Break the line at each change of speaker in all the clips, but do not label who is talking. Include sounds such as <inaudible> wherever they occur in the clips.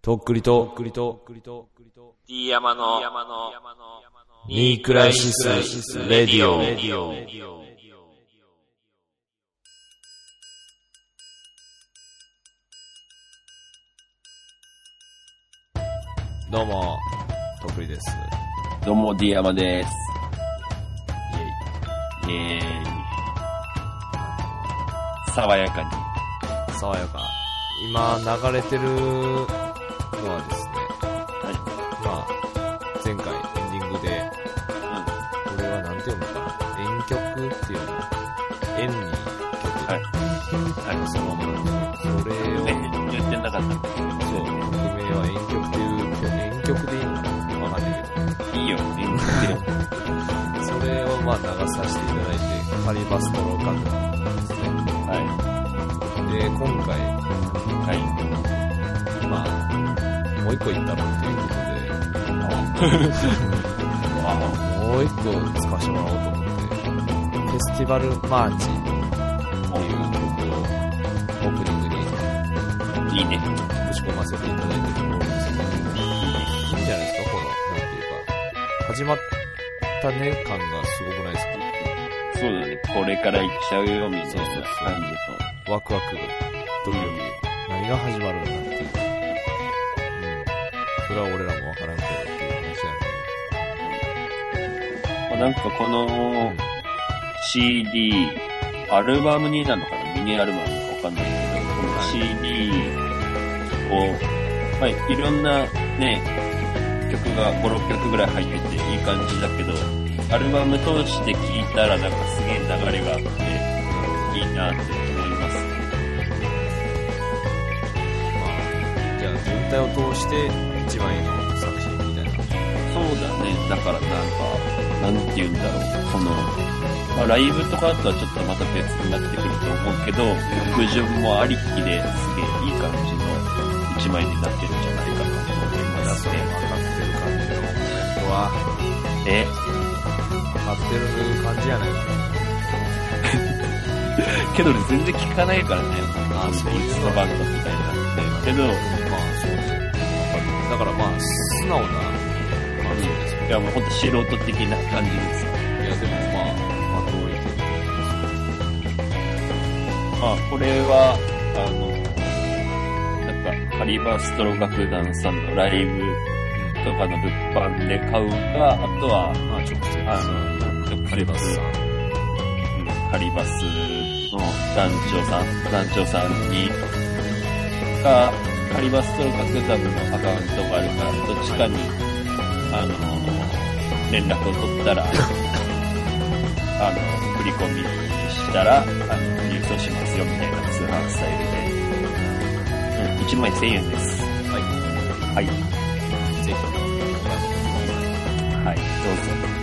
とっくりと、
D 山の、
ニークライシス、レディオ。どうも、とっくりです。
どうも、D 山です。
イェイ。
イェーイ。爽やかに。
爽やか。今流れてるのはですね、
い
まあ、前回エンディングで、これはなんて読むかな遠曲っていうの円に曲、
はいはい、そのまま。
それを、
言ってなか
そ
った。
う、曲名は遠曲っていう、遠曲でいいのかわかんないけ
いいよ、
ど、それをまあ流させていただいて、カリバストローカグラですね。
は
で、今回、
い。はい。
まあ、もう一個いったろっていうことで、
あ
もう一個使わせてもらおうと思って、フェスティバルマーチっていう曲をオープニングに
いいね。
ぶち込ませていただいてるところですけど、いいんじゃないですか、この、なんていうか、始まった年間がすごくないです
そうだね。これから行っちゃうよ、みたいな
か
感
ワクワク、ドキドキ、何が始まるのかっていう。うん。それは俺らもわからんけどっていう話や
じと。なんかこの CD、アルバムになるのかなミニアルバムかわかんないけど、この CD を、まあ、いろんなね、曲が5、6曲ぐらい入ってていい感じだけど、アルバム通して聴いたらなんかすげえ流れがあって、いいなって思いますね。
けど。まあ、じゃあ、全体を通して一番いいの作品みたいな。
そうだね。だからなんか、なんて言うんだろう。この、まあ、ライブとかとはちょっとまた別になってくると思うけど、曲順もありきですげえいい感じの一枚になってるんじゃないかなと思い
皆
ま
さ
す
ん分
ね。
かってる感じの人は
え、
分かってる感じやないか
けど俺全然聞かないからね。
あそう
インスタバンドみたいなって。けど、い
なまあそうですねだからまあ素直な感じですけど
やもうほんと素人的な感じです
い
よ。
やでもまあまといて
まあ、これは、あの、なんか、カリバーストロ楽団さんのライブとかの物販で買うか、あとは、
まあ直接
あの、直
カリバスさん
うんカリバスの団長さん、団長さんに、か、カリバスと各ダムのアカウントがあるから、どっちかに、あの、連絡を取 <laughs> ったら、あの、振り込みしたら、あの、郵送しますよ、みたいな通販スタイルで。うん、1枚1000円です。
は
はい。
いぜひご覧ください
はい、どう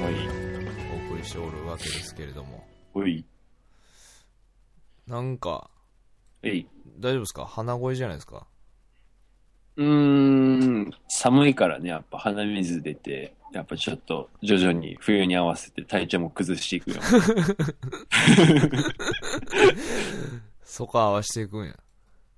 ぞ。
お送りしておるわけですけれども
おい、おい、
なんか
えい。
大丈夫ですか鼻声じゃないですか
うーん、寒いからね、やっぱ鼻水出て、やっぱちょっと徐々に冬に合わせて体調も崩していくよ。
そこ合わしていくんや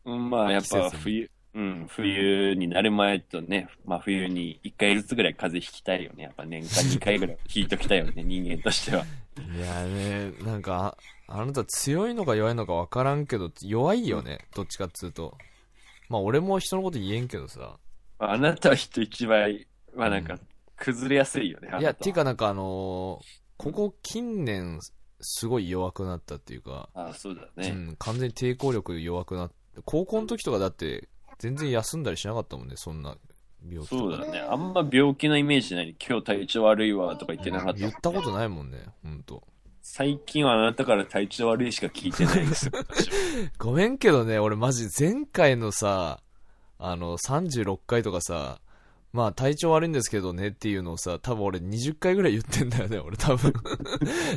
うんまあやっぱ
季節に
冬、うん、冬になる前とね、まあ冬に1回ずつぐらい風邪ひきたいよね。やっぱ年間2回ぐらいひいときたいよね、人間としては。
いやねなんかああなた強いのか弱いのか分からんけど弱いよねどっちかっつうとまあ俺も人のこと言えんけどさ
まああなたは人一倍、まあなんか崩れやすいよね。あ
い
な
や
たは
ていうかなんかあのーここ近年すごい弱くなったっていうか、
あそうだ
う
ね。
ん、完全に抵抗力弱くなって高校の時とかだって全然休んだりしなかったもんねそんな病気
そ
と
う
か
だね。あんま病気のイメージない。今日体調悪いわとか言ってなかったもんね
言ったことないもんね本当。
最近はあなたから体調悪いしか聞いてな
<laughs>
いです。
ごめんけどね、俺マジ前回のさ、あの、36回とかさ、まあ体調悪いんですけどねっていうのをさ、多分俺20回ぐらい言ってんだよね、俺多分。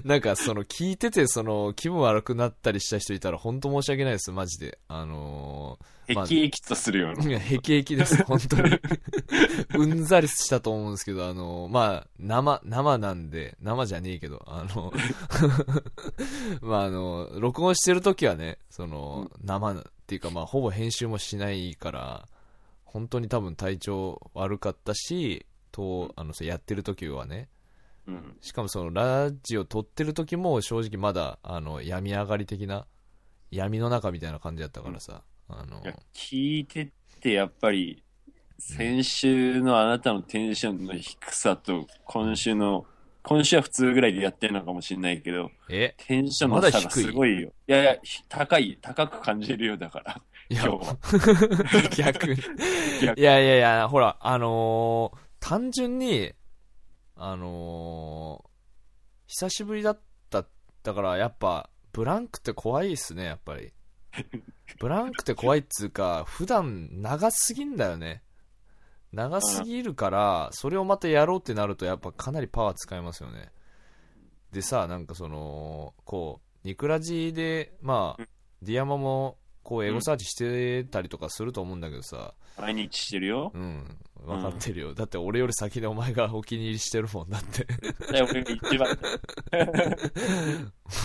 なんかその聞いてて、その気分悪くなったりした人いたら本当申し訳ないです、マジで。あの
へ
まあ
きへきとするような。
ー、いや、へきへきです、本当に。 <laughs> うんざりしたと思うんですけど、あのー、まあ、生、生なんで、生じゃねえけど、あの、 <laughs> まああの、録音してる時はね、その、生っっていうか、まあ、ほぼ編集もしないから、本当に多分体調悪かったし、と、あの、そうやってる時はね、
うん。
しかもそのラジオ撮ってる時も正直まだ、あの、病み上がり的な、闇の中みたいな感じだったからさ、あの
い、や、聞いてって、やっぱり、先週のあなたのテンションの低さと、今週の、今週は普通ぐらいでやってるのかもしれないけど、
え
テンションの差がすごいよ。いやいや、ひ高い、高く感じるよ、だから。
いや
今日は、
<laughs> 逆に。
逆
いやいやいや、ほら、あのー単純に、あのー久しぶりだった、だからやっぱ、ブランクって怖いっすね、やっぱり。ブランクって怖いっつうか、普段長すぎんだよね。長すぎるから、それをまたやろうってなると、やっぱかなりパワー使いますよね。でさ、なんかその、こう、ニクラジで、まあ、ディアマも、こう、エゴサーチしてたりとかすると思うんだけどさ、
毎日してるよ。
うん、分かってるよ、だって俺より先でお前がお気に入りしてるもんだって
だから俺が一番。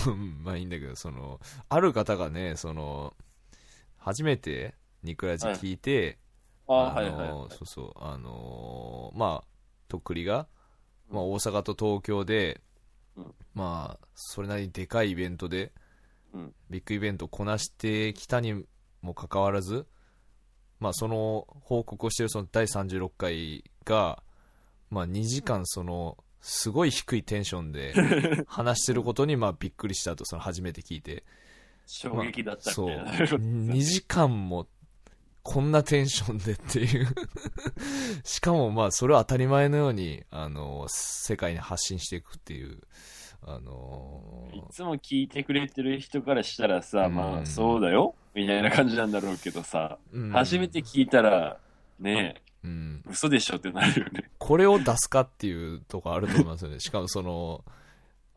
<laughs> うんまあいいんだけどそのある方がねその初めてニクラジ聞いて、
ああ、
あ
はいはい。
のそうそうあのーまあとっくりが、まあ、大阪と東京で、
うん
まあそれなりにでかいイベントで、
うん
ビッグイベントをこなしてきたにもかかわらずまあその報告をしてるその第36回がまあ2時間そのすごい低いテンションで話してることにまあびっくりしたとその初めて聞いて
衝撃だった
そ
み
う
たいな。 <laughs>
2時間もこんなテンションでっていう <laughs> しかもまあそれを当たり前のようにあの世界に発信していくっていうあの
いつも聞いてくれてる人からしたらさ、
うん
まあそうだよみたいな感じなんだろうけどさ、
うん
初めて聞いたら、ね
うん
え、嘘でしょってなるよね。
これを出すかっていうとこあると思いますよね。しかもその、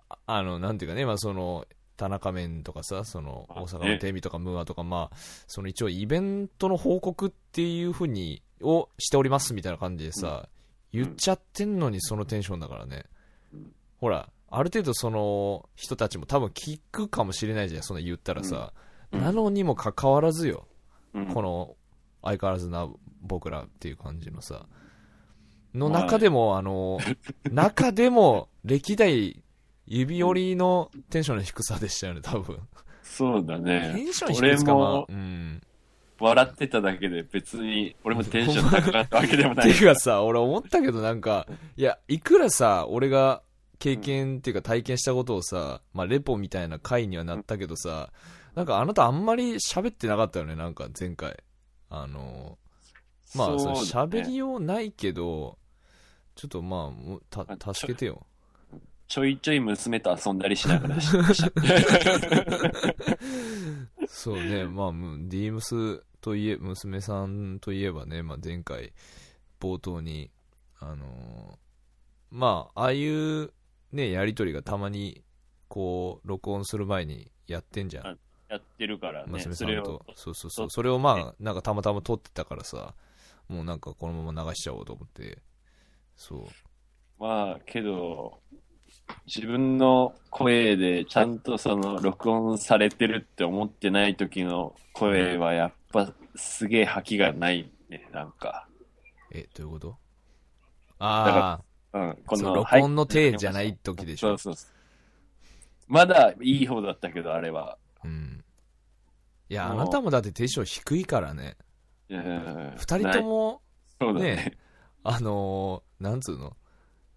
ああの、なんていうかね、まあその、田中面とかさ、その、
あ
大阪のテレビとかムーアとか、まあ、その一応イベントの報告っていうふうに、をしておりますみたいな感じでさ、
ん
言っちゃってんのにそのテンションだからね
うん。
ほら、ある程度その人たちも多分聞くかもしれないじゃん、そんな言ったらさ。
うん
なのにもかかわらずよ、
うん
この相変わらずな僕らっていう感じのさの中でも、あ
<laughs>
の中でも歴代指折りのテンションの低さでしたよね多分
そうだ
テ
ね。
ンション低いですか
俺
まあ
も
うん
笑ってただけで別に俺もテンション高かったわけでも
っ
な
て
い。
いうかさ俺思ったけどなんかいやいくらさ俺が経験っていうか体験したことをさ、まあ、レポみたいな回にはなったけどさなんかあなたあんまり喋ってなかったよねなんか前回あのまあ、その
そうだね
喋りようないけど、ちょっとまあもう、た
あちょ、
助けて
<laughs>
よ。
ちょいちょい娘と遊んだりしながらし
そうね、まあ、もうディームスといえ、娘さんといえばね、まあ、前回、冒頭に、あのーまあ、ああいう、ね、やりとりがたまに、こう、録音する前にやってんじゃん。
あ <laughs> やってるからね。
娘さ
そ
ん
れを
と。そうそうそう。それをまあ、なんかたまたま撮ってたからさ、もうなんかこのまま流しちゃおうと思って、そう。
まあけど、自分の声でちゃんとその録音されてるって思ってない時の声はやっぱすげえ覇気がないね、なんか。
え、どういうこと
だか
ああ。
うん、こ
そう
の
録音の手じゃない時でしょ
そうそうそう。まだいい方だったけど、あれは。
うん。いや、あ
もう
なたもだってテンション低いからね。
うん
二人と。も、
ないそうだ
ね
ね。
あのーなんつうの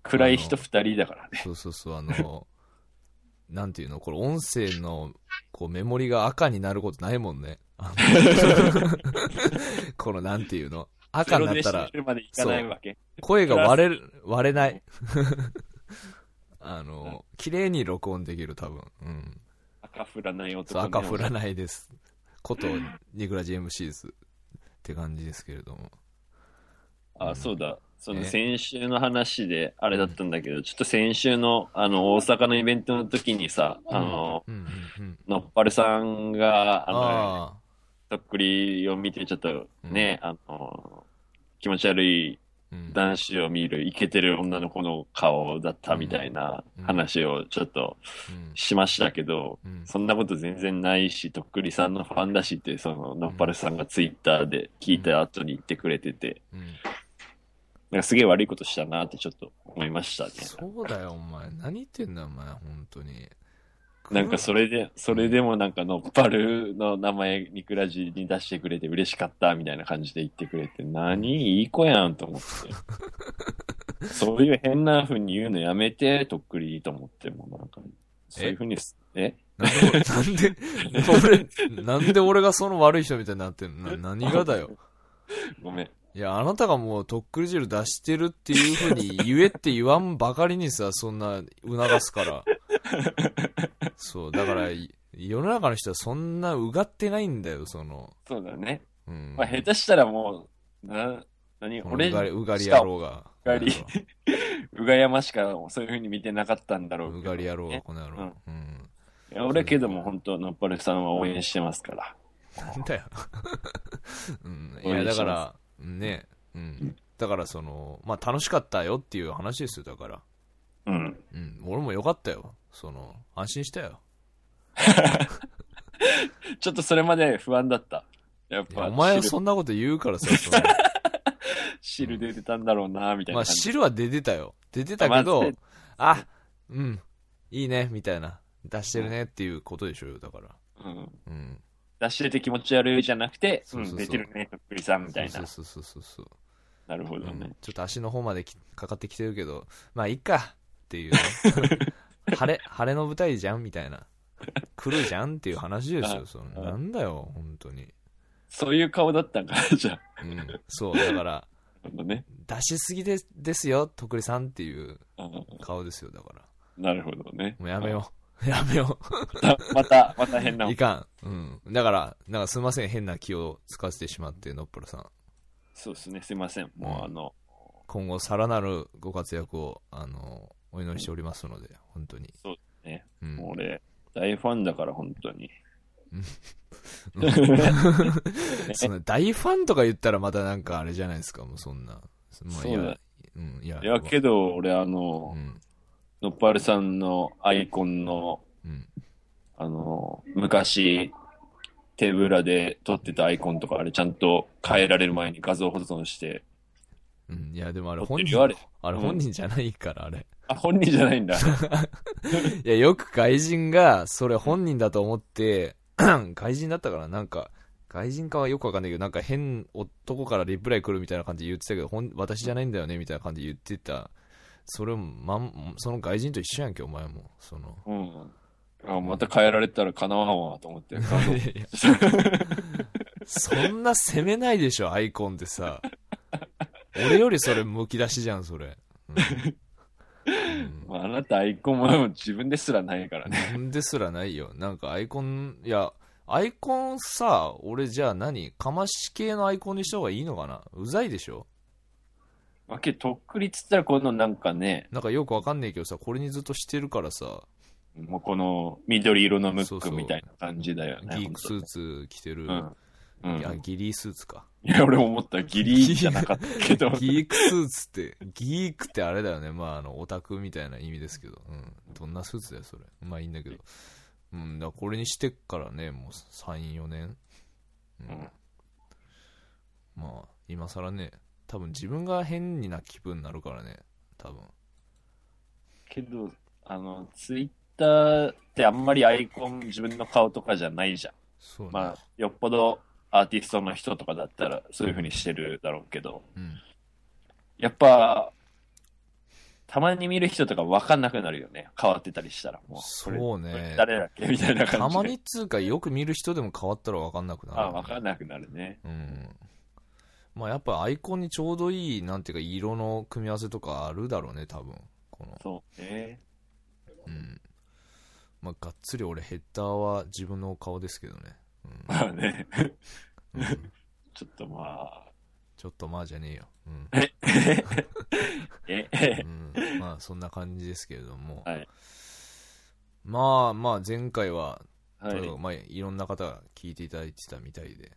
暗い人二人だからね。
そうそうそう、あの
<laughs>
ーなんていうのこれ音声のこうメモリが赤になることないもんね。あ
<laughs>
のこのなんていうの赤になったら
ゼロで死ぬまでいかないわけ。
声が割れる、割れない。 <laughs> あのー綺麗に録音できる多分。うん。
赤振らない
そ
男
う
ね。
赤振らないです。こと、ニクラジ MC です。って感じですけれども。
あ、そうだ。その
え
先週の話であれだったんだけど、ちょっと先週のあの大阪のイベントの時にさ、あの、
うんうんうん。
のっぱるさんが、あの、
あ
とっくりを見てちょっとね、あの、気持ち悪い
うん。
男子を見るイケてる女の子の顔だったみたいな
うん
話をちょっと
うん
しましたけど、
うん
そんなこと全然ないし、とっくりさんのファンだしって、その、のっぱるさんがツイッターで聞いた後に言ってくれてて、
うん
なんかすげえ悪いことしたなってちょっと思いましたね。
そうだよ、お前。何言ってんだ、お前、本当に。
なんかそれで、それでもなんかのっぱるの名前ニクラジに出してくれて嬉しかったみたいな感じで言ってくれて、何いい子やんと
<laughs>
思って。そういう変な風に言うのやめて、とっくりと思って、もうなんか、そういう風にす、え
<laughs> なんで俺、なんで、なんで俺がその悪い人みたいになってんのな何がだよ。
ごめん。
いや、あなたがもうとっくり汁出してるっていうふう
<laughs>
に言えって言わんばかりにさ、そんな促すから。そう、だから、い世の中の人はそんなうがってないんだよ、その。
そうだね。
うん。
まあ、下手したらもう、な、何
この
俺
うがり、うがり
し
野
か
郎が。
うがりうがやましかそういう風に見てなかったんだろう
う
けど
がり野郎が、この野郎。うん。
いや俺けども本当、のっぱるさんは応援してますから。
なんだよ。 <laughs> うん、い
お願い
や、だ
します
から、ね、うん。だから、その、まあ、楽しかったよっていう話ですよ、だから。
うん。
うん、俺もよかったよ。その、安心したよ。
ちょっとそれまで不安だった。やっ
いや
ぱ、
お前は
汁
そんなこと言うからさ、
<laughs>
その
汁出てたんだろうな、みたい
ま
な
あ、
感じ。
汁は出てたよ。出てたけ
ま
ど
あで、
あ、うん、いいね、みたいな。出してるねっていうことでしょうよ、だから。
うん、
うん。
出してて気持ち悪いじゃなくて、
そうそうそう
うん、出てるね、とっくりさん、みたいな。
そうそうそうそうそう。
なるほど
うん
ね。
ちょっと足の方まできかかってきてるけど、まあ、いっかって
<laughs>
いう、ね、晴れ、晴れの舞台じゃんみたいな。来るじゃんっていう話ですよ。その
うん
なんだよ、本当に。
そういう顔だったんか <laughs> な、じゃあ。
うん。そう、だから、
なるほどね。
出しすぎでですよ、とくりさんっていう
うん
顔ですよ、だから。
なるほどね。
もうやめよう。やめよ
また、また、また変
<laughs>
な
う。い。かん。うん。だから、なんかすいません、変な気を使わせてしまって、のっぽろさん。
そうですね、すいません。もう、あの、
今後、さらなるご活躍を、あの、お祈りしておりますので、本当に。
そうね。
うん。
もう俺、大ファンだから、本当に。
<laughs> その大ファンとか言ったらまたなんかあれじゃないですか、もうそんな。まあいや
そうだ
うん、いや。
いや、けど、俺、あ
う
の、
ん。
のっぱるさんのアイコンの、
うん。
あの、昔、手ぶらで撮ってたアイコンとか、あれちゃんと変えられる前に画像保存して、
うん、いや、でもあれ
撮っ
本
てる
人、
よ、あれ。
あれ本人じゃないから、あれ。
あ、本人じゃないんだ。
いや、よく外人が、それ本人だと思って、 <clears throat> 外人だったから、なんか、外人かはよくわかんないけど、なんか変男からリプライ来るみたいな感じで言ってたけど、ほん私じゃないんだよね、みたいな感じで言ってた。それも、まん、その外人と一緒やんけ、お前も。その。
うん。あ、また変えられたらかなわんわ、と思って。 <laughs> 画像
いやそんな攻めないでしょ、アイコンってさ。俺よりそれむき出しじゃん、それ。うん
<laughs> まあ、あなたアイコンは自分ですらないからね。
うん、ですらないよ。なんかアイコン、いや、アイコンさ、俺じゃあ何かまし系のアイコンにした方がいいのかなうざいでしょ
わけ、とっくりっつったらこのなんかね、
なんかよくわかんないけどさ、これにずっとしてるからさ、
もうこの緑色のム
そう
ッ
そ
ク
う
みたいな感じだよね。
ギークスーツ着てる、
本当うん。うん。
いや、ギリースーツか。
いや、俺思った。ギリじゃなかったけど。
ギークスーツって、ギークってあれだよね。まあ、あの、オタクみたいな意味ですけど。うん。どんなスーツだよ、それ。まあ、いいんだけど。うん、だからこれにしてっからね、もう3、4年。うん。
うん
まあ、今更ね、多分自分が変にな気分になるからね。多分。
けど、あの、ツイッターってあんまりアイコン自分の顔とかじゃないじゃん。
そうね。
まあ、よっぽどアーティストの人とかだったらそういう風にしてるだろうけど、
うん。
やっぱ、たまに見る人とか分かんなくなるよね。変わってたりしたらもう。これ
そう
こ
ね
れ。誰だっけみたいな感じで。
たまにっつうか、よく見る人でも変わったら分かんなくなる、
あ、分かんなくなるね。
うん。まあやっぱアイコンにちょうどいい、なんていうか色の組み合わせとかあるだろうね、多分。この。
そうね。
うん。まあがっつり俺ヘッダーは自分の顔ですけどね。
まあね。
うん。
<laughs>
うん、
ちょっとまあ、
ちょっとまあじゃねえよ。うん。
え、 <laughs>
うん、まあそんな感じですけれども。
はい
まあまあ前回は、
はい
と。まあいろんな方が聞いていただいてたみたいで。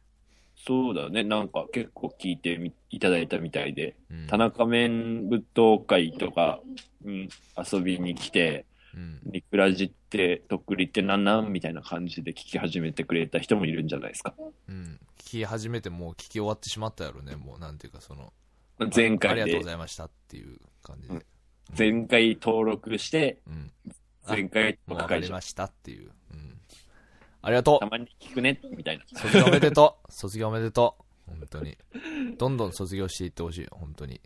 そうだね。なんか結構聞いてみいただいたみたいで、
うん
田中面舞踏会とか、うん、遊びに来て、
うん
リクラジって、とっくりってなんなんみたいな感じで聞き始めてくれた人もいるんじゃないですか。
うん、聞き始めてもう聞き終わってしまったやろねもうなんていうかその
前
あり
回
がとう
で
ご、ざいましたっていう感じで、
前回登録して、
うん、あ
前回
もう分
の書
か
か
り
れ
ましたっていう、うん、ありがと
たまに聞くね、みたいな。
う卒業おめでとう卒業おめでとう本当にどんどん卒業していってほしい本当に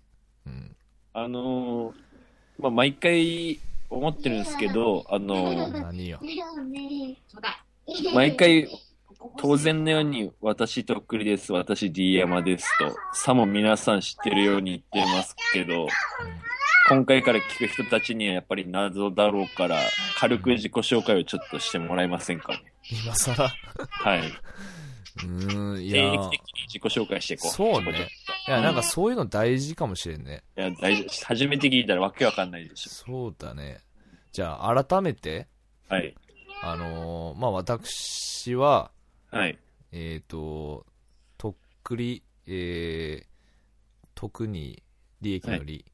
うん
あのーまあ、毎回思ってるんですけど、あのー
何よ
毎回当然のように、私とっくりです、私 D 山ですと、さも皆さん知ってるように言ってますけど、今回から聞く人たちにはやっぱり謎だろうから、軽く自己紹介をちょっとしてもらえませんかね。
今さら
はい。
うーんいや
定
ー
期的に自己紹介していこう。
そうね。いやなんかそういうの大事かもしれんね
いや、大丈夫。初めて聞いたらわけわかんないでし
そうだねじゃあ改めて
ょ。はい。
あのーまあ私は <laughs>
はい。
えっ、と、とっくり、えー、特に利益の利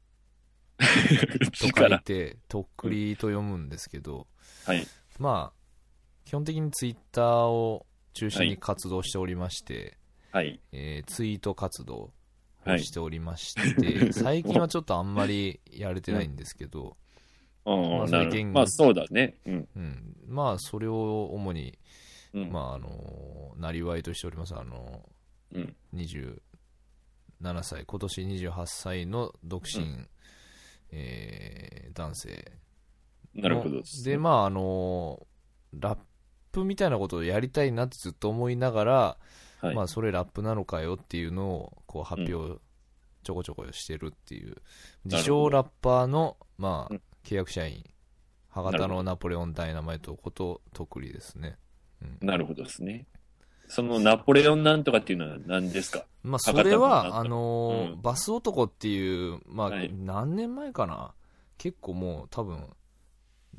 と書いて、とっくりと読むんですけど、
はい。
まあ、基本的にツイッターを中心に活動しておりまして、
はい。
えーツイート活動
は
を
い
しておりまして、
<laughs>
最近はちょっとあんまりやれてないんですけど、
うん
まあ
なる
最
ほど。
近
まあ、そうだね。うん。
うん、まあ、それを主に、
うん。
まあ、あのー、なりわいとしております。あのー
うん。
27歳今年28歳の独身、
うん
えー男性
なるほど
の。でまああのラップみたいなことをやりたいなってずっと思いながら、
はい。
まあそれラップなのかよっていうのをこう発表ちょこちょこしてるっていう、自称ラッパーのまあ
うん
契約社員博
な
多
るほ
のナポレオンダイナマイトこと徳利ですね、うん
なるほどですね。そのナポレオンなんとかっていうのは何ですか
まあ、そ
博多
れ
の
は、
中
あのー
うん
バス男っていう、まあ、
はい
何年前かな結構もう多分、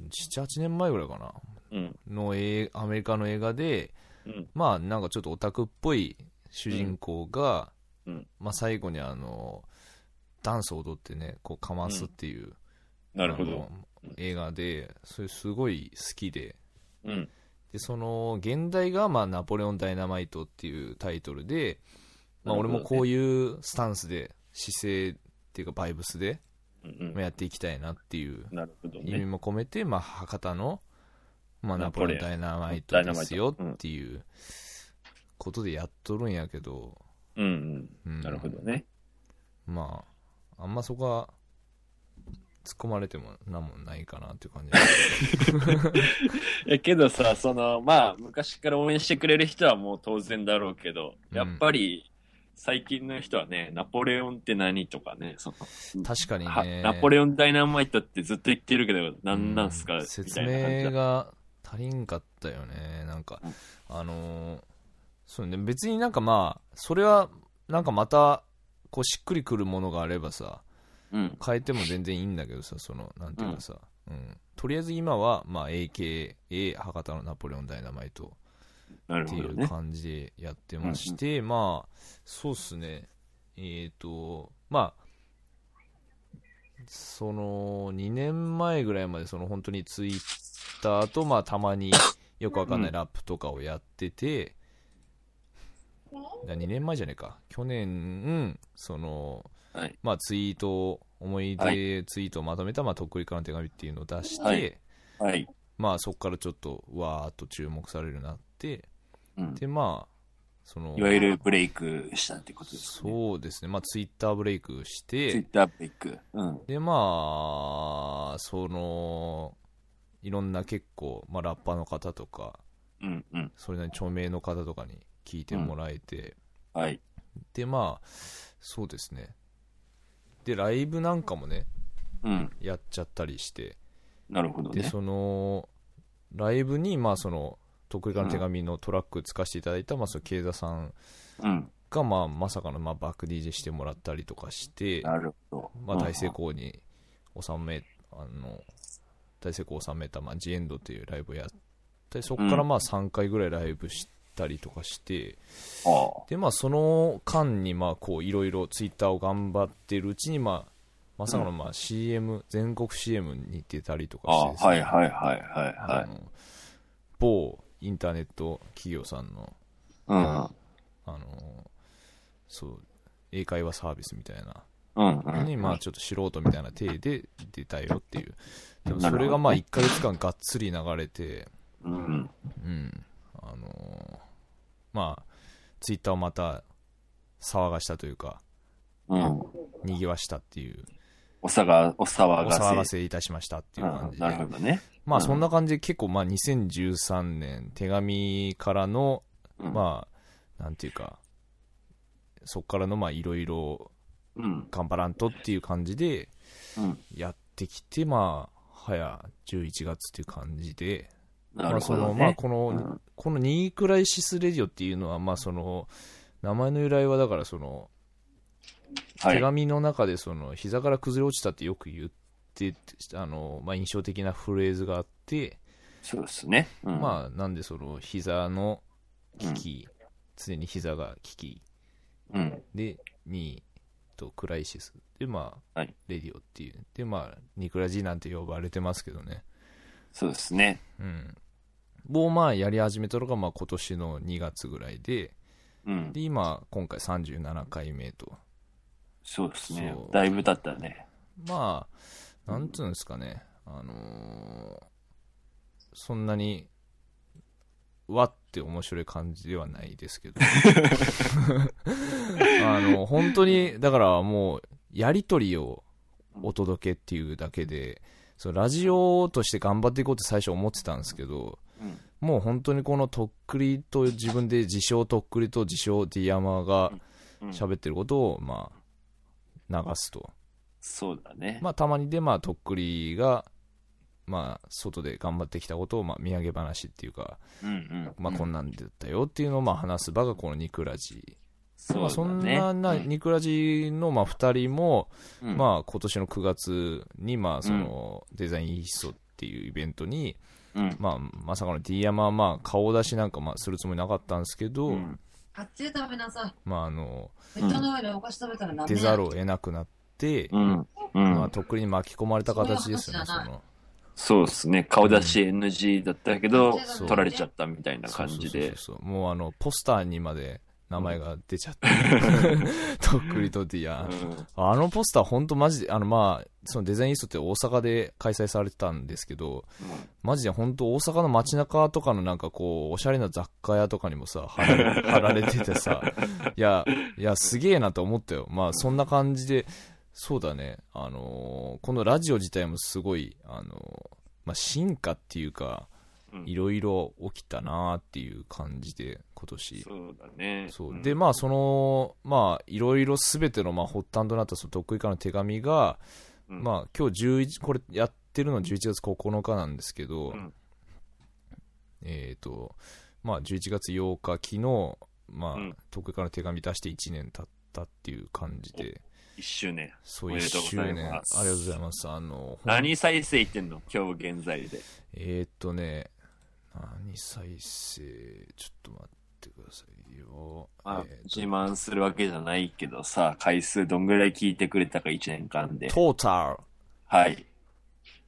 7、8年前ぐらいかな
うん。
の映アメリカの映画で、
うん。
まあ、なんかちょっとオタクっぽい主人公が、
うんうん
まあ、最後にあのーダンスを踊ってね、こう、かますっていう、
なるほ
あ
ど
の。ー映画で、それすごい好きで、
うん。
でその現代が、まあ「ナポレオン・ダイナマイト」っていうタイトルで、まあ、
な
俺
るほど
も
ね
こういうスタンスで姿勢っていうかバイブスで
うん
まあやっていきたいなっていう
うん。なるほど
意味
ね。
も込めて、まあ、博多の、まあ、ナ
ナ
ポ
ポ
レ
レ
オン・
オン
ダイナマイトですよっていうことでやっとるんやけど、
うん
う
うんん。なるほどね。
まああんまそこは突っ込まれてもなんもないかなっていう感じ
え、 <laughs> けどさ、その、まあ、昔から応援してくれる人はもう当然だろうけど、
うん
やっぱり、最近の人はね、ナポレオンって何とかね、その、
確かに
は
ね
ナポレオンダイナマイトってずっと言ってるけど、なんなんす
う
か
ん
み
説
たいな感じ
明
だ。
が足りんかったよねなんか
うん
あのーそうね別になんかまあそれはなんかまたこうしっくりくるものがあればさ
うん。
変えても全然いいんだけどさそのなんていうかさ、うんとりあえず今は、まあ、AKA 博多のナポレオンダイナマイト
なる
って
ほ
い
ど
う
ね。
感じでやってまして、まあそうっすねえっ、とまあその2年前ぐらいまでその本当にツイッターとまあたまによくわかんな
う
い
ん
ラップとかをやってて、2年前じゃねえか去年その
はい。
まあツイートを思い
は
出ツイートをまとめた、まあ、とっくりからの手紙っていうのを出して、
はいはい。
まあそこからちょっとわーっと注目されるようになって
うん
でまあその
いわゆるブレイクしたってことですね。
そうですね、まあ、ツイッターブレイクし
ツイッ
て、
ターブレイク。うん。
で、まあ、その、いろんな結構、まあ、ラッパーの方とか、
うんうん。
それなりに著名の方とかに聞いてもらえて、
はい。
で、まあ、そうですね。で、ライブなんかもね、
うん。
やっちゃったりして、
なるほど
で、
ね。
その、ライブに、まあ、その、得意からの手紙のトラック使わせていただいた、まあ、その、慶田さん
うん。
が、まあ、まさかの、まあ、バック DJ してもらったりとかして、
なるほど。
まあ、大成
成
功に収め、あの、大成功を収めた、まあ、ジエンドっていうライブをやって、そこからまあ3回ぐらいライブしったりとかして、
あ
で、まあ、その間に、まあ、こう、いろいろツイッターを頑張ってるうちに、まあ、まさかの、まあ、CM、全国 CM に出たりと
あ、
かして
あ
です
あ、
ね
はいはいはいはいはい
あ。の某インターネット企業さんの、
うん。
あの、そう、英会話サービスみたいな
うん、
の
う
に、
ん。
まあ、ちょっと素人みたいな体で出たよっていう。でも、
な
そ
るほど
れが、まあ、1ヶ月間がっつり流れて、
うん。
うん、あのーまあ、ツイッターをまた騒がしたというか、
うん。
にぎわしたっていう、
お騒が、お
お
騒がせ。
騒がせいたしましたっていう感
う
じで、
んなるほどね。
まあ
うん
そんな感じで結構、まあ2013年、手紙からの、
うん。
まあ、なんていうか、そっからの、まあいろいろ
うん。
頑張らんとっていう感じで、
うん。
やってきて、まあ、早11月っていう感じで、
なるほ
まあ
ど
そのまあ、
ね。
この、
うん
このニークライシスレディオっていうのは、まあその、名前の由来はだからその、
は
手
い。
紙の中でその、膝から崩れ落ちたってよく言って、あの、まあ印象的なフレーズがあって、
そうですね。うん。
まあなんでその、膝の
う
危
ん
機、常に膝が危機
うん。
で、ニーとクライシスで、まあ、
はい
レディオっていう。で、まあ、ニクラジなんて呼ばれてますけどね。
そうですね。
うん。をまあやり始めたのが、まあ今年の2月ぐらいで、
うん。
で今今回37回目と
そうですね
そう。
だいぶ経ったね。
まあなんつうんですかねあのーそんなにわって面白い感じではないです
<laughs>
けどあの本当にだからもうやり取りをお届けっていうだけでそのラジオとして頑張っていこうって最初思ってたんですけど
うん。
もう本当にこのとっくりと自分で自称とっくりと自称ディアマが
うん
喋ってることを、まあ、流すと。
そうだね。
まあ、たまにで、まあ、とっくりが、まあ、外で頑張ってきたことを、まあ、土産話っていうか、
うんうん。
まあ、こん
な。
なんだったよっていうのを、まあ、話す場がこのニクラジ。
そう
まあ、そん
だね
なな、ニクラジの、まあ、二人も、
うん
まあ、今年の9月に、まあ、その、デザインイーストっていうイベントに、
うん。
まあ、まさかの D 山は、まあ、顔出しなんか、まあ、するつもりなかったんですけど、
うん
あっちで食べなさ
まあ、あの、
い。ベッドの上でお菓子食べたらダメ
出ざるを得なくなって、
うん。う
まあ、
ん。
とっくりに巻き込まれた形ですよね、そう
そいう話じゃない
の。、
そうですね。顔出し NG だったけど
そう
取られちゃったみたいな感じ
そ
で。
うそうそうそうもうあの、ポスターにまで名前が出ちゃ
<laughs>
って、とっくりとディア。
うん
あのポスター本当マジで、あのまあ、そのデザインイーストって大阪で開催されてたんですけど、マジで本当大阪の街中とかのなんかこう、おしゃれな雑貨屋とかにもさ、貼ら
<laughs>
れ貼られててさ、いや、いや、すげえなと思ったよ。まあ、そんな感じで、そうだね、あのーこのラジオ自体もすごい、あのーまあ、進化っていうか、
うん
いろいろ起きたなーっていう感じで、今年。
そうだね。
そう。
ん
で、まあ、その、まあ、いろいろすべての、まあ、発端となった、その、とっくりからの手紙が、
うん
まあ、今日11、これやってるの11月9日なんですけど、
うん
えっ、と、まあ、11月8日、昨日、まあ、
うん
とっくりからの手紙出して1年経ったっていう感じで、
一周年。
そう
お
1
めでとうご
周
ざ
年、
い
あ
ま
りが
す
とうございます。あの、ほん
何再生いってんの今日現在で。
えー、っとね、何再生、ちょっと待ってくださいよ。
まあ
えーっ、と
自慢するわけじゃないけどさ、回数どんぐらい聞いてくれたか1年間で。
トータル。
はい。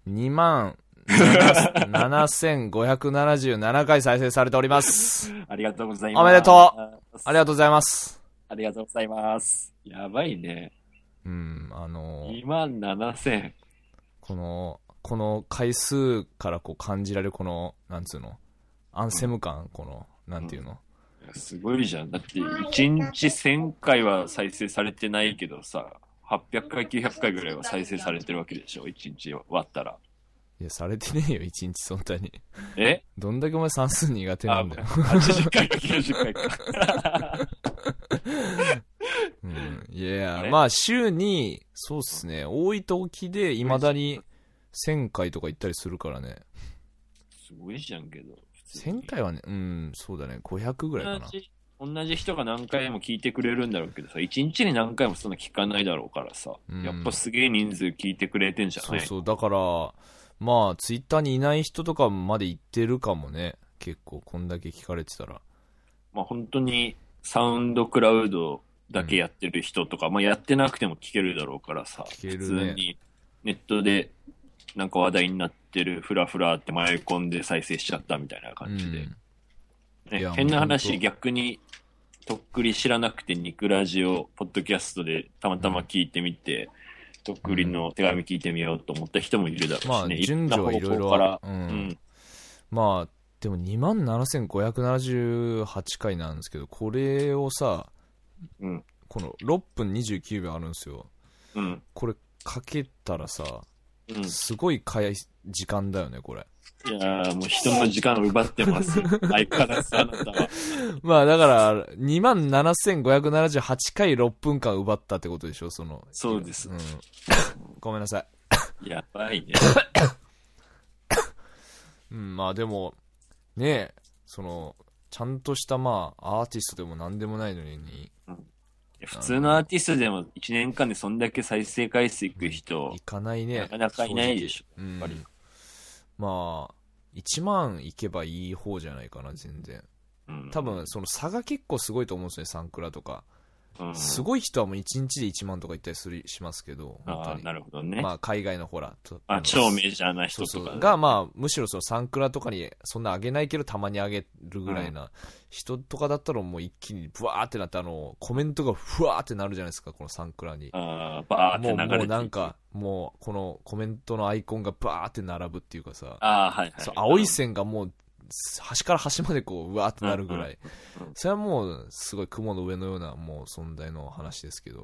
2万7577回再生されており
<laughs>
ます。
ありがとうございます。
おめでと
う
ありがとうございます。
ありがとうございます。やばいね。
うん、あの、
2万7000。
この、この回数からこう感じられるこの、なんつうの、アンセム感、この、なんていうの。
すごいじゃん。だって、1日1000回は再生されてないけどさ、800回、900回ぐらいは再生されてるわけでしょ。1日割ったら。
いや、されてねえよ、一日そんなに。
え
どんだけお前算数苦手な
あ、
んだよ。
80回か90
<laughs>
回か。
うん、いや
あ
いや、
れ
まあ週に、そうっすね、多い時で未だに1000回とか行ったりするからね。
すごいじゃんけど。普通に
1000回はね、うん、そうだね、500ぐらいかな
同。じ同じ人が何回も聞いてくれるんだろうけどさ、一日に何回もそんな聞かないだろうからさ、
うん
やっぱすげえ人数聞いてくれてんじゃ
そ
な
う
い
そう、だから、まあ、ツイッターにいない人とかまで行ってるかもね。結構、こんだけ聞かれてたら。
まあ本当にサウンドクラウドだけやってる人とか、まあやってなくても聞けるだろうからさ、
聞け
普
るね
通にネットでなんか話題になってるフラフラって迷い込んで再生しちゃったみたいな感じで。
いや
ね、変な
もう
話
本当
逆にとっくり知らなくて肉ラジオポッドキャストでたまたま聞いてみて、とっくりの手紙聞いてみようと思った人もいるだろうしね、
まあ順序はいろい
んな
ろ
方向から、
うん
うん
まあでも2万7578回なんですけどこれをさ
うん
この6分29秒あるんですよ
うん
これかけたらさ
うん
すごい早い時間だよねこれ
いやーもう人の時間を奪ってま
<laughs>
す。相変わらずあなたは。
まあだから2万7578回6分間奪ったってことでしょその
そうです
ん、ごめんなさい
やばいね。
うん、まあでも、ねえ、その、ちゃんとしたまあ、アーティストでも何でもないのに、
普通のアーティストでも1年間でそんだけ再生回数いく人
い、かないね。
なかなかいないでし
ょ、や
っぱり
まあ、1万いけばいい方じゃないかな、全然。
うん
多、分、その差が結構すごいと思うんですね、サンクラとか。
うん
すごい人はもう1日で1万とか言ったりするしますけど、本当
ああ、
に
なるほどね。
まあ、海外のほら、と
あ、超メジャーな
そ
人
うそ
とかね、
うが、まあ、むしろそのサンクラとかにそんなあげないけどたまにあげるぐらいな人とかだったらもう一気にブワーってなってあのコメントがふわーってなるじゃないですかこのサンクラに
あーバーって
もう
流れて
もうなんかもうこのコメントのアイコンがバーって並ぶっていうかさ
ああ、はいはい。
そう青い線がもう端から端までこううわーってなるぐらい
うんうんうん
それはもうすごい雲の上のようなもう存在の話ですけど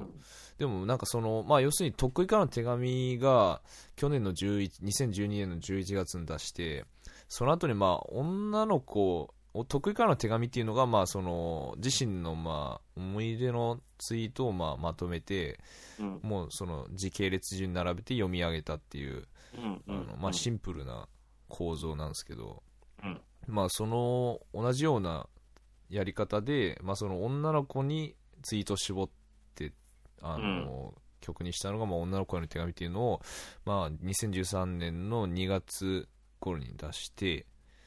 でもなんかそのまあ要するにとっくりからの手紙が去年の11 2012年の11月に出してその後にまあ女の子をとっくりからの手紙っていうのがまあその自身のまあ思い出のツイートをまあまとめて
うん。
もうその時系列順に並べて読み上げたっていう
うん。
あ
うん。
のまあ、シンプルな構造なんですけど、
うん
まあ、その同じようなやり方で、まあ、その女の子にツイートを絞ってあの、曲にしたのが、まあ、女の子への手紙っていうのを、まあ、2013年の2月頃に出して、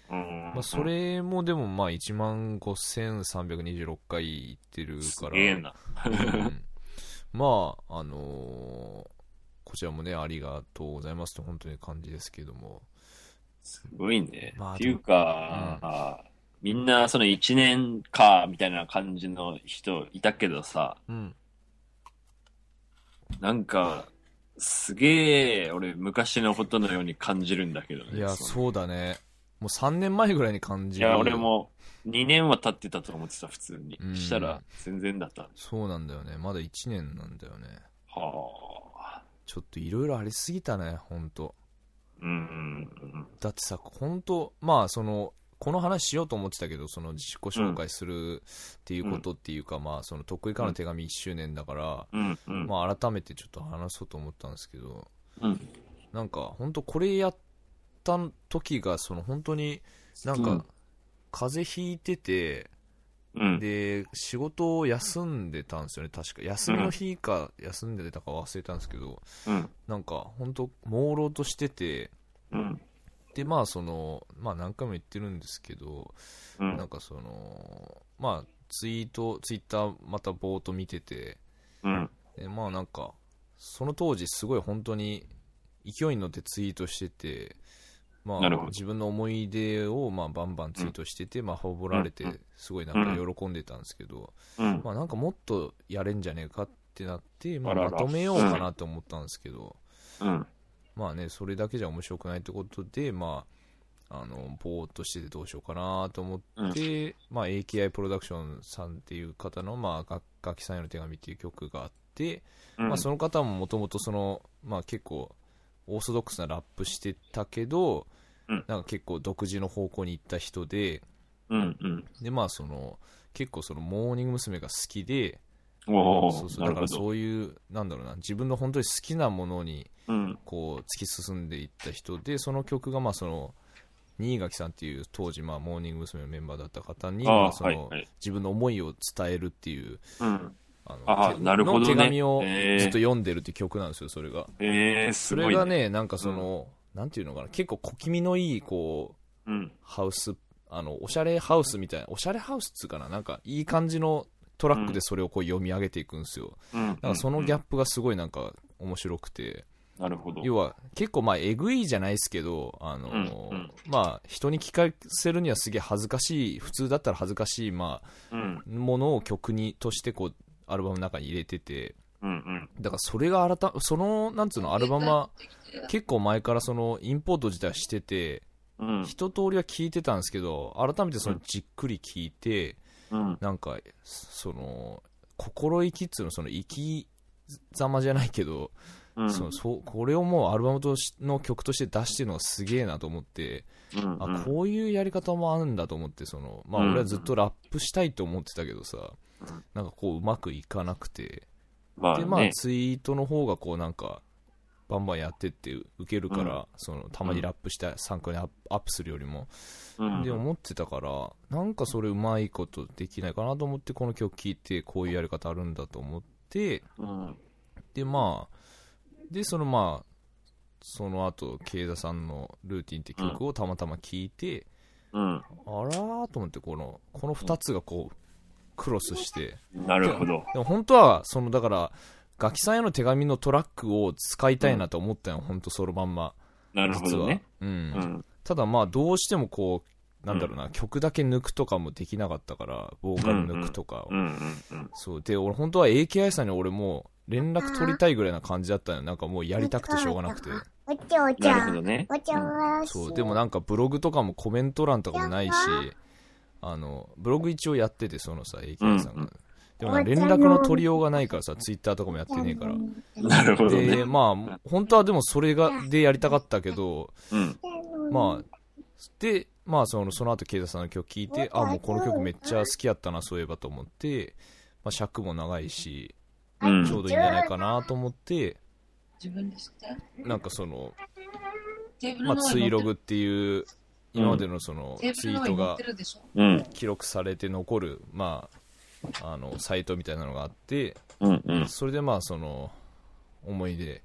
うん
まあ、それもでもまあ1万5326回いってる
す
から
げえな。
うんまああのーこちらもねありがとうございますと本当に感じですけども
すごいね。
まあ
っていうか、あーみんなその1年か、みたいな感じの人いたけどさ、
うん
なんか、すげえ、俺、昔のことのように感じるんだけどね。
いや
その
そうだねもう3年前ぐらいに感じ
い
る
や、俺も、2年は経ってたと思ってた、普通に。
うん
したら、全然だった。は
そうなんだよねまだ1年なんだよね
あ。
ちょっといろいろありすぎたね本当
うんうんうん。
だってさ本当まあそのこの話しようと思ってたけどその自己紹介するっていうことっていうか、まあその得意からの手紙1周年だから、
うんうん。
まあ改めてちょっと話そうと思ったんですけど、
うん。
なんか本当これやった時がその本当になん
うん
か風邪ひいてて、
うん。
で仕事を休んでたんですよね確か休みの日か休んでたか忘れたんですけど
うん。
なんか本当朦朧としてて
うん。
でまあそのまあ何回も言ってるんですけど
う
なん
ん。
かそのまあツイートツイッターまたぼーっと見てて
うん。
でまあなんかその当時すごい本当に勢いに乗ってツイートしてて、ま
な
あ
るほ、ど
自分の思い出をまあバンバンツイートしてて、まあ、ほぼられて
うん
すごいなんか喜んでたんですけど、
うん。
まあ、なんかもっとやれんじゃねえかってなって、まあ、
あら
ま
ら
とめようかなと思ったんですけど、
うん。
まあねそれだけじゃ面白くないってことでまああのぼーっとしててどうしようかなと思って、まあ、AKI プロダクションさんっていう方の「まあ、楽楽器さんへの手紙」っていう曲があって、
うん
まあ、その方ももともとその、まあ、結構オーソドックスなラップしてたけど、
うん
なんか結構独自の方向に行った人で
うん。うん。
で、まあ、その結構そのモーニング娘。が好きで
おお、
そうそう
な
だ
る
か
ほ
ら
ど。
そういうなんだろうな自分の本当に好きなものに
うん。
こう突き進んでいった人でその曲がまあその新垣さんっていう当時まあモーニング娘。のメンバーだった方に
ああ
まあその
はいはい
自分の思いを伝えるっていう
うん。
あの
ああ
手
なるほどね
の手紙を
へえ
ずっと読んでるって曲なんですよそれが。
ええ、す
そ
ご
れ
い
が。ね、なんかその、なんていうのかな、結構小気味のいい、こう、
うん。
ハウスあの、おしゃれハウスみたいな、おしゃれハウスっつうかな、なんか、いい感じのトラックでそれをこう読み上げていくんですよ。
うん。
なんかそのギャッ
プ。
プがすごいなんか、面白くて、
なるほど。
要は、結構まあ、えぐいじゃないですけど、あの
うんうん
まあ、人に聞かせるにはすげえ恥ずかしい、普通だったら恥ずかしい、まあ、
うん。
ものを曲に、としてこう、アルバムの中に入れてて、
うんうん。
だからそれが改め、その、なんつうの、アルバムは、結構前からその、インポート自体はしてて、
うん。
一通りは聞いてたんですけど改めてそのじっくり聞いて、
うん。
なんかその心意気っつうのその生き様じゃないけど、
うん。
そのそうこれをもうアルバムとしの曲として出してるのがすげえなと思って、
うんうん
あこういうやり方もあるんだと思ってその、まあ、
うん
俺はずっとラップしたいと思ってたけどさ、
ん
なんかこううまくいかなくて、
まあ
でまあ
ね。
ツイートの方がこうなんかバンバンやってって受けるから、
う
そのたまにラップした参考にアップアップするよりも
うん
で思ってたからなんかそれうまいことできないかなと思ってこの曲聴いてこういうやり方あるんだと思って
うん。
でまあでそのまあその後慶田さんの「ルーティン」って曲をたまたま聴いて、
うん。
あらーと思ってこのこの2つがこうクロスして
なるほど。
でも本当はそのだからガキさんへの手紙のトラックを使いたいなと思ったよ、本当そのまんま
なるほ
実は、
どね。
うん
うん。
ただまあどうしてもこうなんだろうな、曲だけ抜くとかもできなかったからボーカル抜くとかを、
うんうん
そうで俺本当は AKI さんに俺もう連絡取りたいぐらいな感じだったのよなんかもうやりたくてしょうがなくて
おちお
うん。
ち
なる
ゃ
ほど
ん。
ね。
おちゃわし。
そうでもなんかブログとかもコメント欄とかもないしあのブログ一応やっててそのさ AKI さんが、
うんうん
でもなんか連絡の取りようがないからさツイッターとかもやってねえから
なるほど
で
ね。
まあ本当はでもそれがでやりたかったけど
うん。
まあ、で、まあ、そのその後慶太さんの曲聴いて、あ、もうこの曲めっちゃ好きやったな、そういえばと思って、まあ、尺も長いし、
うん
ちょうどいいんじゃないかなと思って、
自分で知って
なんかその、
テーブル
まあ、
の
ツ
上
イ
に乗
ログっ
ってる
ていう、今までのその
テー
ツイ
ブル
ー
の上
ト
に乗
が
ってるでしょ
うん。
記録されて残る、まあ、あの、サイトみたいなのがあって、
うん。うん。
それでまあ、その、思い出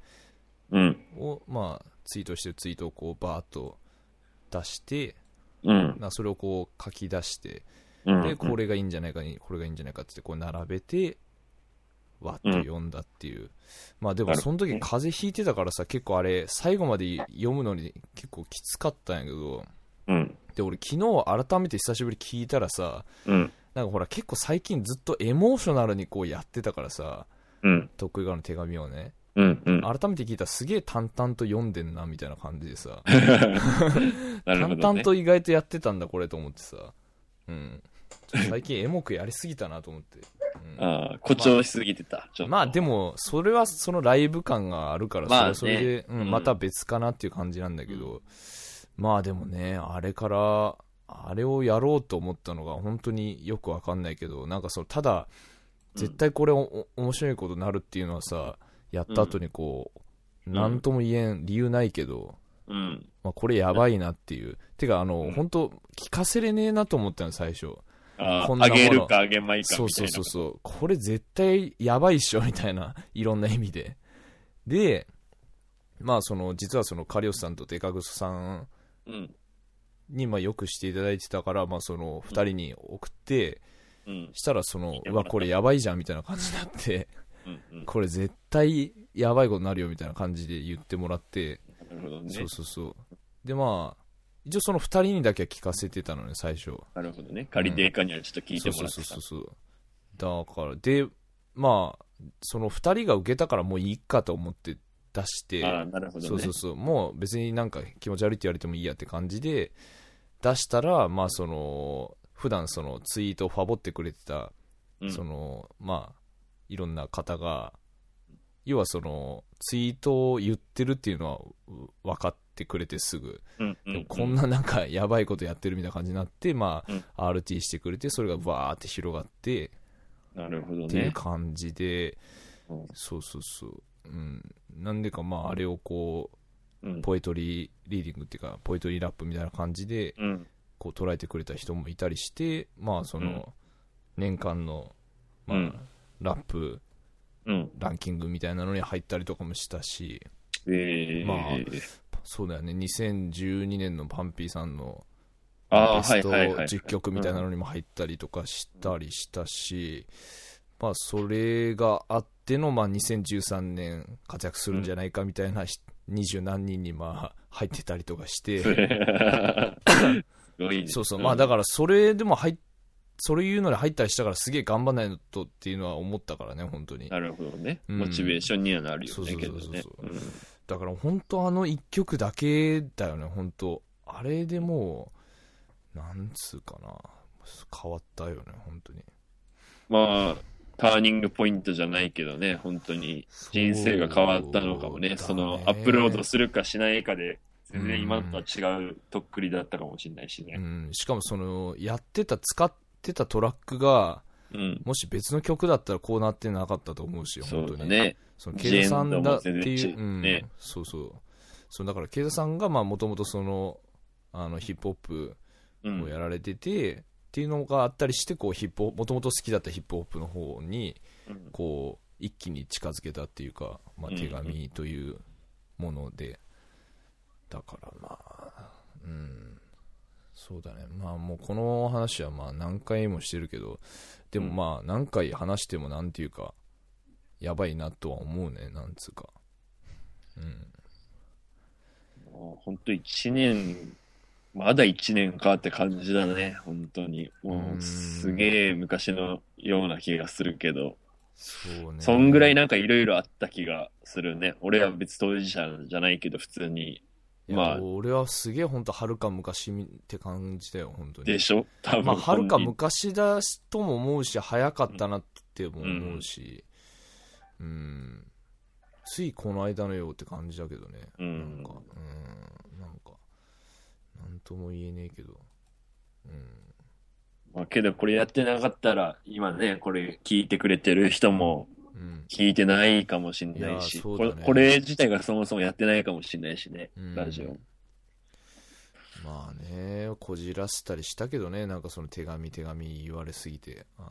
うん。
を、まあ、ツイートしてるツイートをこう、バーっと出して、
うん。
なそれをこう書き出して、
うん。
でこれがいいんじゃないかにこれがいいんじゃないかってこう並べてわっと読んだっていう、まあでも
なる
そ
ほ
の
どね
時風邪ひいてたからさ結構あれ最後まで読むのに結構きつかったんやけど
うん。
で俺昨日改めて久しぶりに聞いたらさ
うん。
なんかほら結構最近ずっとエモーショナルにこうやってたからさ
うん。
得意側の手紙をね
うん。うん。
改めて聞いたらすげえ淡々と読んでんなみたいな感じでさ、
<laughs> なる
淡
ほど、
々
ね。
と意外とやってたんだこれと思ってさうんちょっと最近エモくやりすぎたなと思って、うん
ああ、誇張しすぎてた。ちょっと。
まあでも、それはそのライブ感があるから、
まあね
それはそれで、う、
うんん
また別かなっていう感じなんだけど、まあでもね、あれから、あれをやろうと思ったのが本当によくわかんないけど、なんかその、ただ、
うん
絶対これお、お面白いことになるっていうのはさ、やった後にこう、なんとも言えん理由ないけど、
うん。
まあこれやばいなっていう。てか、あの、
うん
本当聞かせれねえなと思ったの、最初。
あ
こん
あ、
な
あ
もの
げるかあげまいか
そう
みた
そ
いうな。
そうそうこれ絶対やばいっしょみたいな <laughs> いろんな意味ででまあその実はそのカリオスさんとデカグソさん
うん。
にまあよくしていただいてたから、まあ、その2人に送って、
うん。
したらその
いや
うわこれやばいじゃんみたいな感じにな
<laughs>
って
うん。うん。
これ絶対やばいことになるよみたいな感じで言ってもらって、
なるほどね。
そうそうそうでまあ一応その2人にだけは聞かせてたのね最初
なるほどね。仮デーカにはちょっと聞いてもらってた。
そうそうそうそうだからでまあその2人が受けたからもういいかと思って出して、
ああ、なるほどね。
そうそうそうもう別になんか気持ち悪いって言われてもいいやって感じで出したらまあその普段そのツイートをファボってくれてた、
うん
そのまあいろんな方が要はそのツイートを言ってるっていうのはう分かってくれてすぐ
うん
で
うんう
も
ん、
こんななんかやばいことやってるみたいな感じになって、ま
うん
あ、RT してくれて、それがバーって広がって、
なるほど
っていう
ね。
感じで、
うん
そうそうそう。うん。なんでか、まあ、あれをこ
う
う、
ん。
ポエトリーリーディングっていうか、ポエトリーラップみたいな感じで、
うん。
こう、捉えてくれた人もいたりして、まあ、その、年間の、ま
う
あ
ん、
ラップ、
うん。
ランキングみたいなのに入ったりとかもしたし、
ええ
まそうだよね、2012年のパンピーさんの、
あ、ああ、
ベ
は
ス
い
ト
はいはい。
10曲みたいなのにも入ったりとかしたりしたし、まあ、それがあっての、まあ、2013年活躍するんじゃないかみたいなひ20何人にまあ入ってたりとかして、
<laughs> すごいね。
そうそう、まあだ
ら。
からそれでも入っそれ言うのに入ったりしたからすげえ頑張んないのとっていうのは思ったからね、本当に。
なるほどね。
うん
モチベーションにはなるよね、
そう
け
そ
ど
うそうそう
ね。うん
だから本当あの一曲だけだよね本当あれでもうなんつうかな変わったよね本当に
まあ、ターニングポイントじゃないけどね、本当に人生が変わったのかもね。そ
そうだ
のアップロードするかしないかで、全然今とは違うとっくりだったかもしれないし
う
ね。
ん、しかもそのやってた使ってたトラックが
うん。
もし別の曲だったらこうなってなかったと思うし
そ
本当
うだ
に
ね。
その慶田さんだって
ジェ
いう、う
ンダー
ん
も全然違うね
そうそうそうだから慶田さんがもともとそのあのヒップホップ
う
を
ん。
やられてて、っていうのがあったりしてこうヒップもともと好きだったヒップホップの方に
うん
こう一気に近づけたっていうか、まあ、
うん
手紙というもので、だからまあうんそうだねまあもうこの話はまあ何回もしてるけどでもまあ何回話してもなんていうかやばいなとは思うねなんつうかうん
もう本当一年、まだ一年かって感じだね、本当に。も
う
う、
ん
すげえ昔のような気がするけど、
そうね
そんぐらいなんかいろいろあった気がするね。俺は別当事者じゃないけど、普通に。
いや
まあ
俺はすげえ本当はるか昔って感じだよ本当に
でしょ多分。
まあ、はるか
本
昔だしとも思うし、早かったなっても思うし、うん、ついこの間のようって感じだけどね、
うん
なんか、うん、なんか、なんとも言えねえけど、うん、
当にまあ、けどこれやってなかったら、今ね、これ聞いてくれてる人も
うん、
聞いてないかもしんないし、
いやそ
こ
うだね
れこれ自体がそもそもやってないかもしんないしね
うん、
ラジオ。
まあね、こじらせたりしたけどね、なんかその手紙、手紙言われすぎて、あ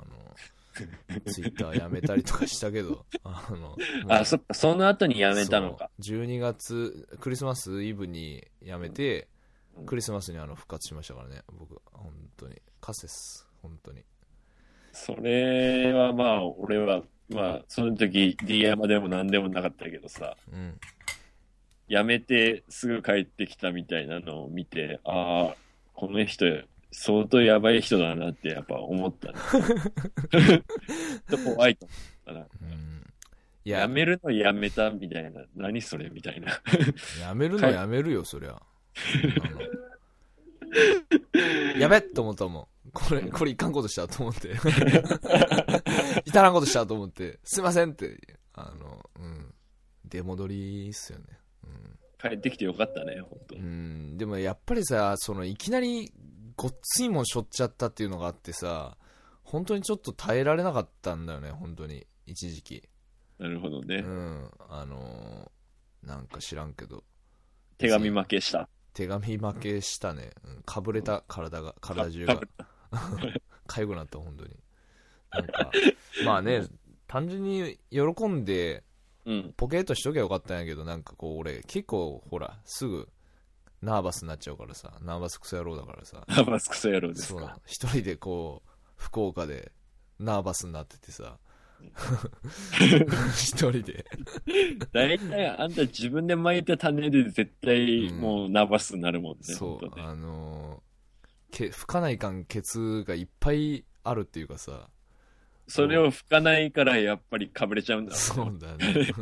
の、ツイッターやめたりとかしたけど、あの、もう
あ、そっか、その後にやめたのか。
そう12月クリスマスイブに辞めて、
うん
クリスマスにあの復活しましたからね僕本当にカセス本当に
それはまあ、俺は、まあ、その時、D 山でも何でもなかったけどさ、
うん
辞めてすぐ帰ってきたみたいなのを見て、ああ、この人、相当やばい人だなってやっぱ思った
<laughs>
ね。ちょっと怖いと思っ
うんい
た
や
な。辞めるのやめたみたいな、何それみたいな。 <laughs>
やめるのやめるよそりゃあの <laughs> やべっと思ったもんこれこれいかんことしたと思って <laughs> 至らんことしたと思ってすいませんってあのうん出戻りっすよねうん
帰ってきてよかったね、本当
うんでもやっぱりさそのいきなりごっついもんしょっちゃったっていうのがあってさ本当にちょっと耐えられなかったんだよね本当に一時期
なるほど
う
ね。
んあのーなんか知らんけど
手紙負けした。
手紙負けしたね、うん、かぶれた体が体中が
<laughs> かぶ
かゆくなった本当になんかまあね単純に喜んで
うん。
ポケットしときゃよかったんやけどなんかこう俺結構ほらすぐナーバスになっちゃうからさナーバスクソ野郎だからさ
あマスクソ野郎です
そうなの
か。
一人でこう福岡でナーバスになってて
<laughs>
さ一人で
大体あんた自分で巻いた種で絶対もうナーバスになるもんね。
そ
本
う
当ね
あのーけ吹かないかんケツがいっぱいあるっていうかさ
それを吹かないからやっぱりかぶれちゃうんだ
そ
ろうね。
うだ
<laughs>
ね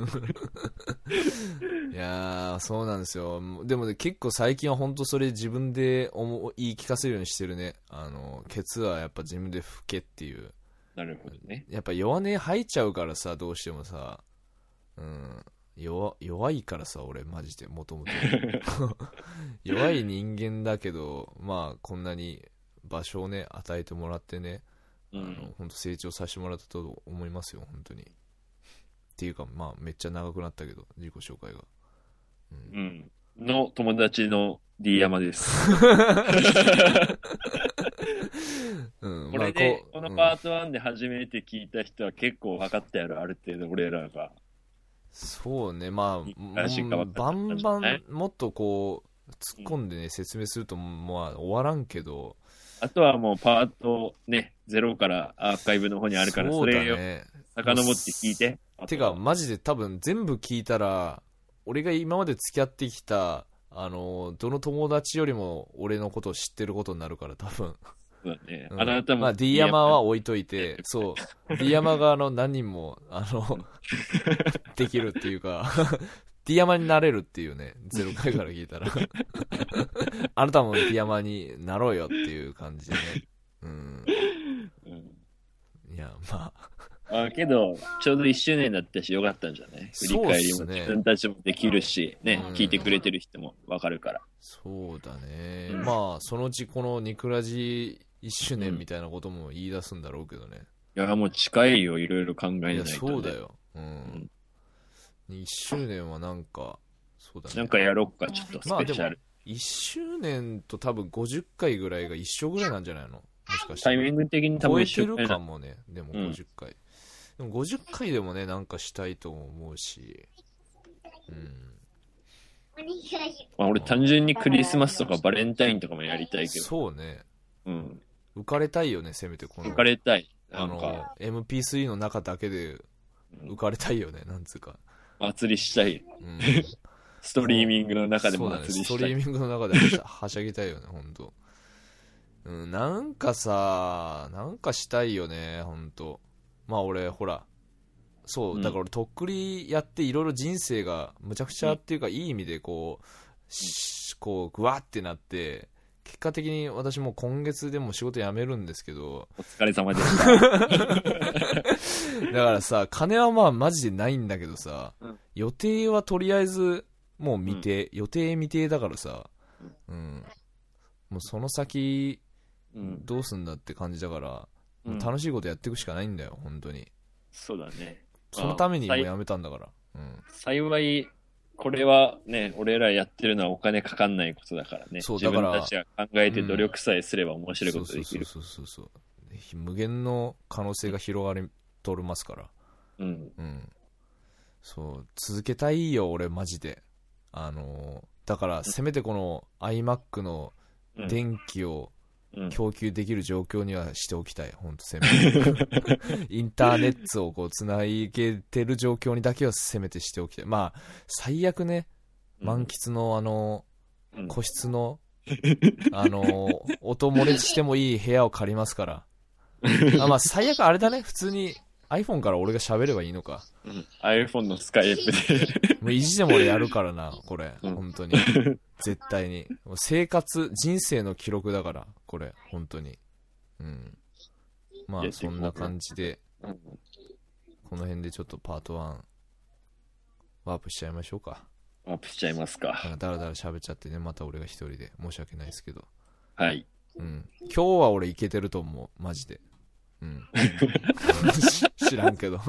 いやーそうなんですよでもね結構最近は本当それ自分で思言い聞かせるようにしてるねあのケツはやっぱ自分で吹けっていう
なるほどね。
やっぱ弱音吐いちゃうからさどうしてもさうん弱弱いからさ俺マジでもともと <laughs> 弱い人間だけどまあこんなに場所をね与えてもらってね、
う
あ
ん
の。本当成長させてもらったと思いますよ本当にっていうかまあめっちゃ長くなったけど自己紹介が、うん
うん。の友達の D 山です。
うん
これ
まあ
で
こ、う
こ
う
の
ん
パート1で初めて聞いた人は結構分かったやろ、ある程度俺らが。
そうね、まあ、
一回しか分かんなかったんじゃない
バンバン、もっとこう、突っ込んでね、説明すると、まあ、終わらんけど、
あとはもうパートね、ゼロからアーカイブの方にあるから、そ
そうだ
れを
ね。
遡って聞いて。
てか、マジで多分全部聞いたら、俺が今まで付き合ってきた、あの、どの友達よりも俺のことを知ってることになるから、多分。
そうだね。
うん
あなたも。
まあ、D 山は置いといて、そう、D 山があの何人も、あの、 <laughs> できるっていうか、D <laughs> 山になれるっていうね、ゼロ回から聞いたら。
<laughs>
あなたも D 山になろうよっていう感じでね。うん。
うん
いや、まあ、
あけど、ちょうど1周年だったし、よかったんじゃない振り返り
そ
も
うっすね
自分たちもできるし、ね
うん、
聞いてくれてる人もわかるから。
そうだね。まあ、そのうちこのニクラジ1周年みたいなことも言い出すんだろうけどね。
いや、もう近いよ、いろいろ考えないい
や、
と、ね。
そうだ。よ。うんん。1周年はなんか、そうだね。
なんかやろっか、ちょっとス
まあ
ペシャル。
1周年と多分50回ぐらいが一緒ぐらいなんじゃないのもしかして。
タイミング的に多
超
分
え
一
て
周
る
年
か
だ。
もね、でも
うん
50回。でも50回でもね、なんかしたいとも思うし。うん。
まあ、俺単純にクリスマスとかバレンタインとかもやりたいけど。
そうね。
うん。
浮かれたいよね、せめてこの。
浮かれたい。な
あ
ん
の
か、、
MP3 の中だけで浮かれたいよね、なんつうか。
祭りしたい。 <laughs>
うん。
ストリーミングの中でも
そうだね
祭り
スト
した
リー
い。
ミングの中ではし <laughs> ゃはしゃぎたいよね本当うんなんかさなんかしたいよね本当まあ俺ほらそう、
うん
だから俺とっくりやっていろいろ人生がむちゃくちゃっていうか、いい意味でこうしこうグワってなって結果的に私もう今月でもう仕事辞めるんですけど
お疲れ様でした。
だからさ金はまあマジでないんだけどさ、
うん
予定はとりあえずもう未定、予定未定だからさ、うん、もうその先
うん。
どうすんだって感じだから、
うん
楽しいことやっていくしかないんだよ本当に
そうだね。
そのためにも
あ
う
ー
やめたんだから、うん、
幸い、これはね、俺らやってるのはお金かかんないことだからね。
そう
自
だから
分たちが考えて努力さえすれば面白いことできる。
そうそうそうそうそう無限の可能性が広がりとりますから
うん。
うんそう続けたいよ俺マジであのーだからせめてこの iMac の
うん
電気を、
うん
供給できる状況にはしておきたい、本当せめ
<laughs>
て。インターネットをこう、つなげてる状況にだけはせめてしておきたい。まあ、最悪ね、満喫のあの、
うん
個室
<laughs>
の、あの、音漏れしてもいい部屋を借りますから。あまあ、最悪あれだね、普通に iPhone から俺が喋ればいいのか。
うん iPhone のスカイプで。
<laughs>
もう意地でも俺やるからな、これ、
うん
本当に。絶対に。もう生活、人生の記録だから、これ、本当に。うん。まあ、
やってい
そ
こうん
な感じで、
うん
この辺でちょっとパート1、ワープしちゃいましょうか。
アップしちゃいます
な
か。
んかだらだら喋っちゃってね、また俺が一人で、申し訳ないですけど。
はい。
うん。今日は俺いけてると思う、マジで。
<laughs>
うん。知らんけど。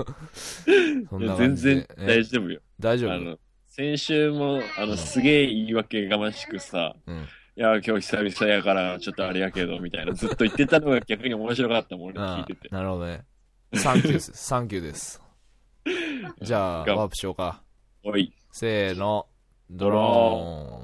そん
いや
な
全
感じ
然
で。
大
え
丈夫よ。
大丈
あ
夫
の、先週も、あの、すげえ言い訳がましくさ、
うん。
いや、今日久々やから、ちょっとあれやけど、みたいな、ずっと言ってたのが逆に面白かったもん、俺聞
あ
いてて。
なるほどね。サンキューです。サンキュー
<laughs>
です。じゃあ、
が
ワープしようか。
おい。
せーの、ドローン。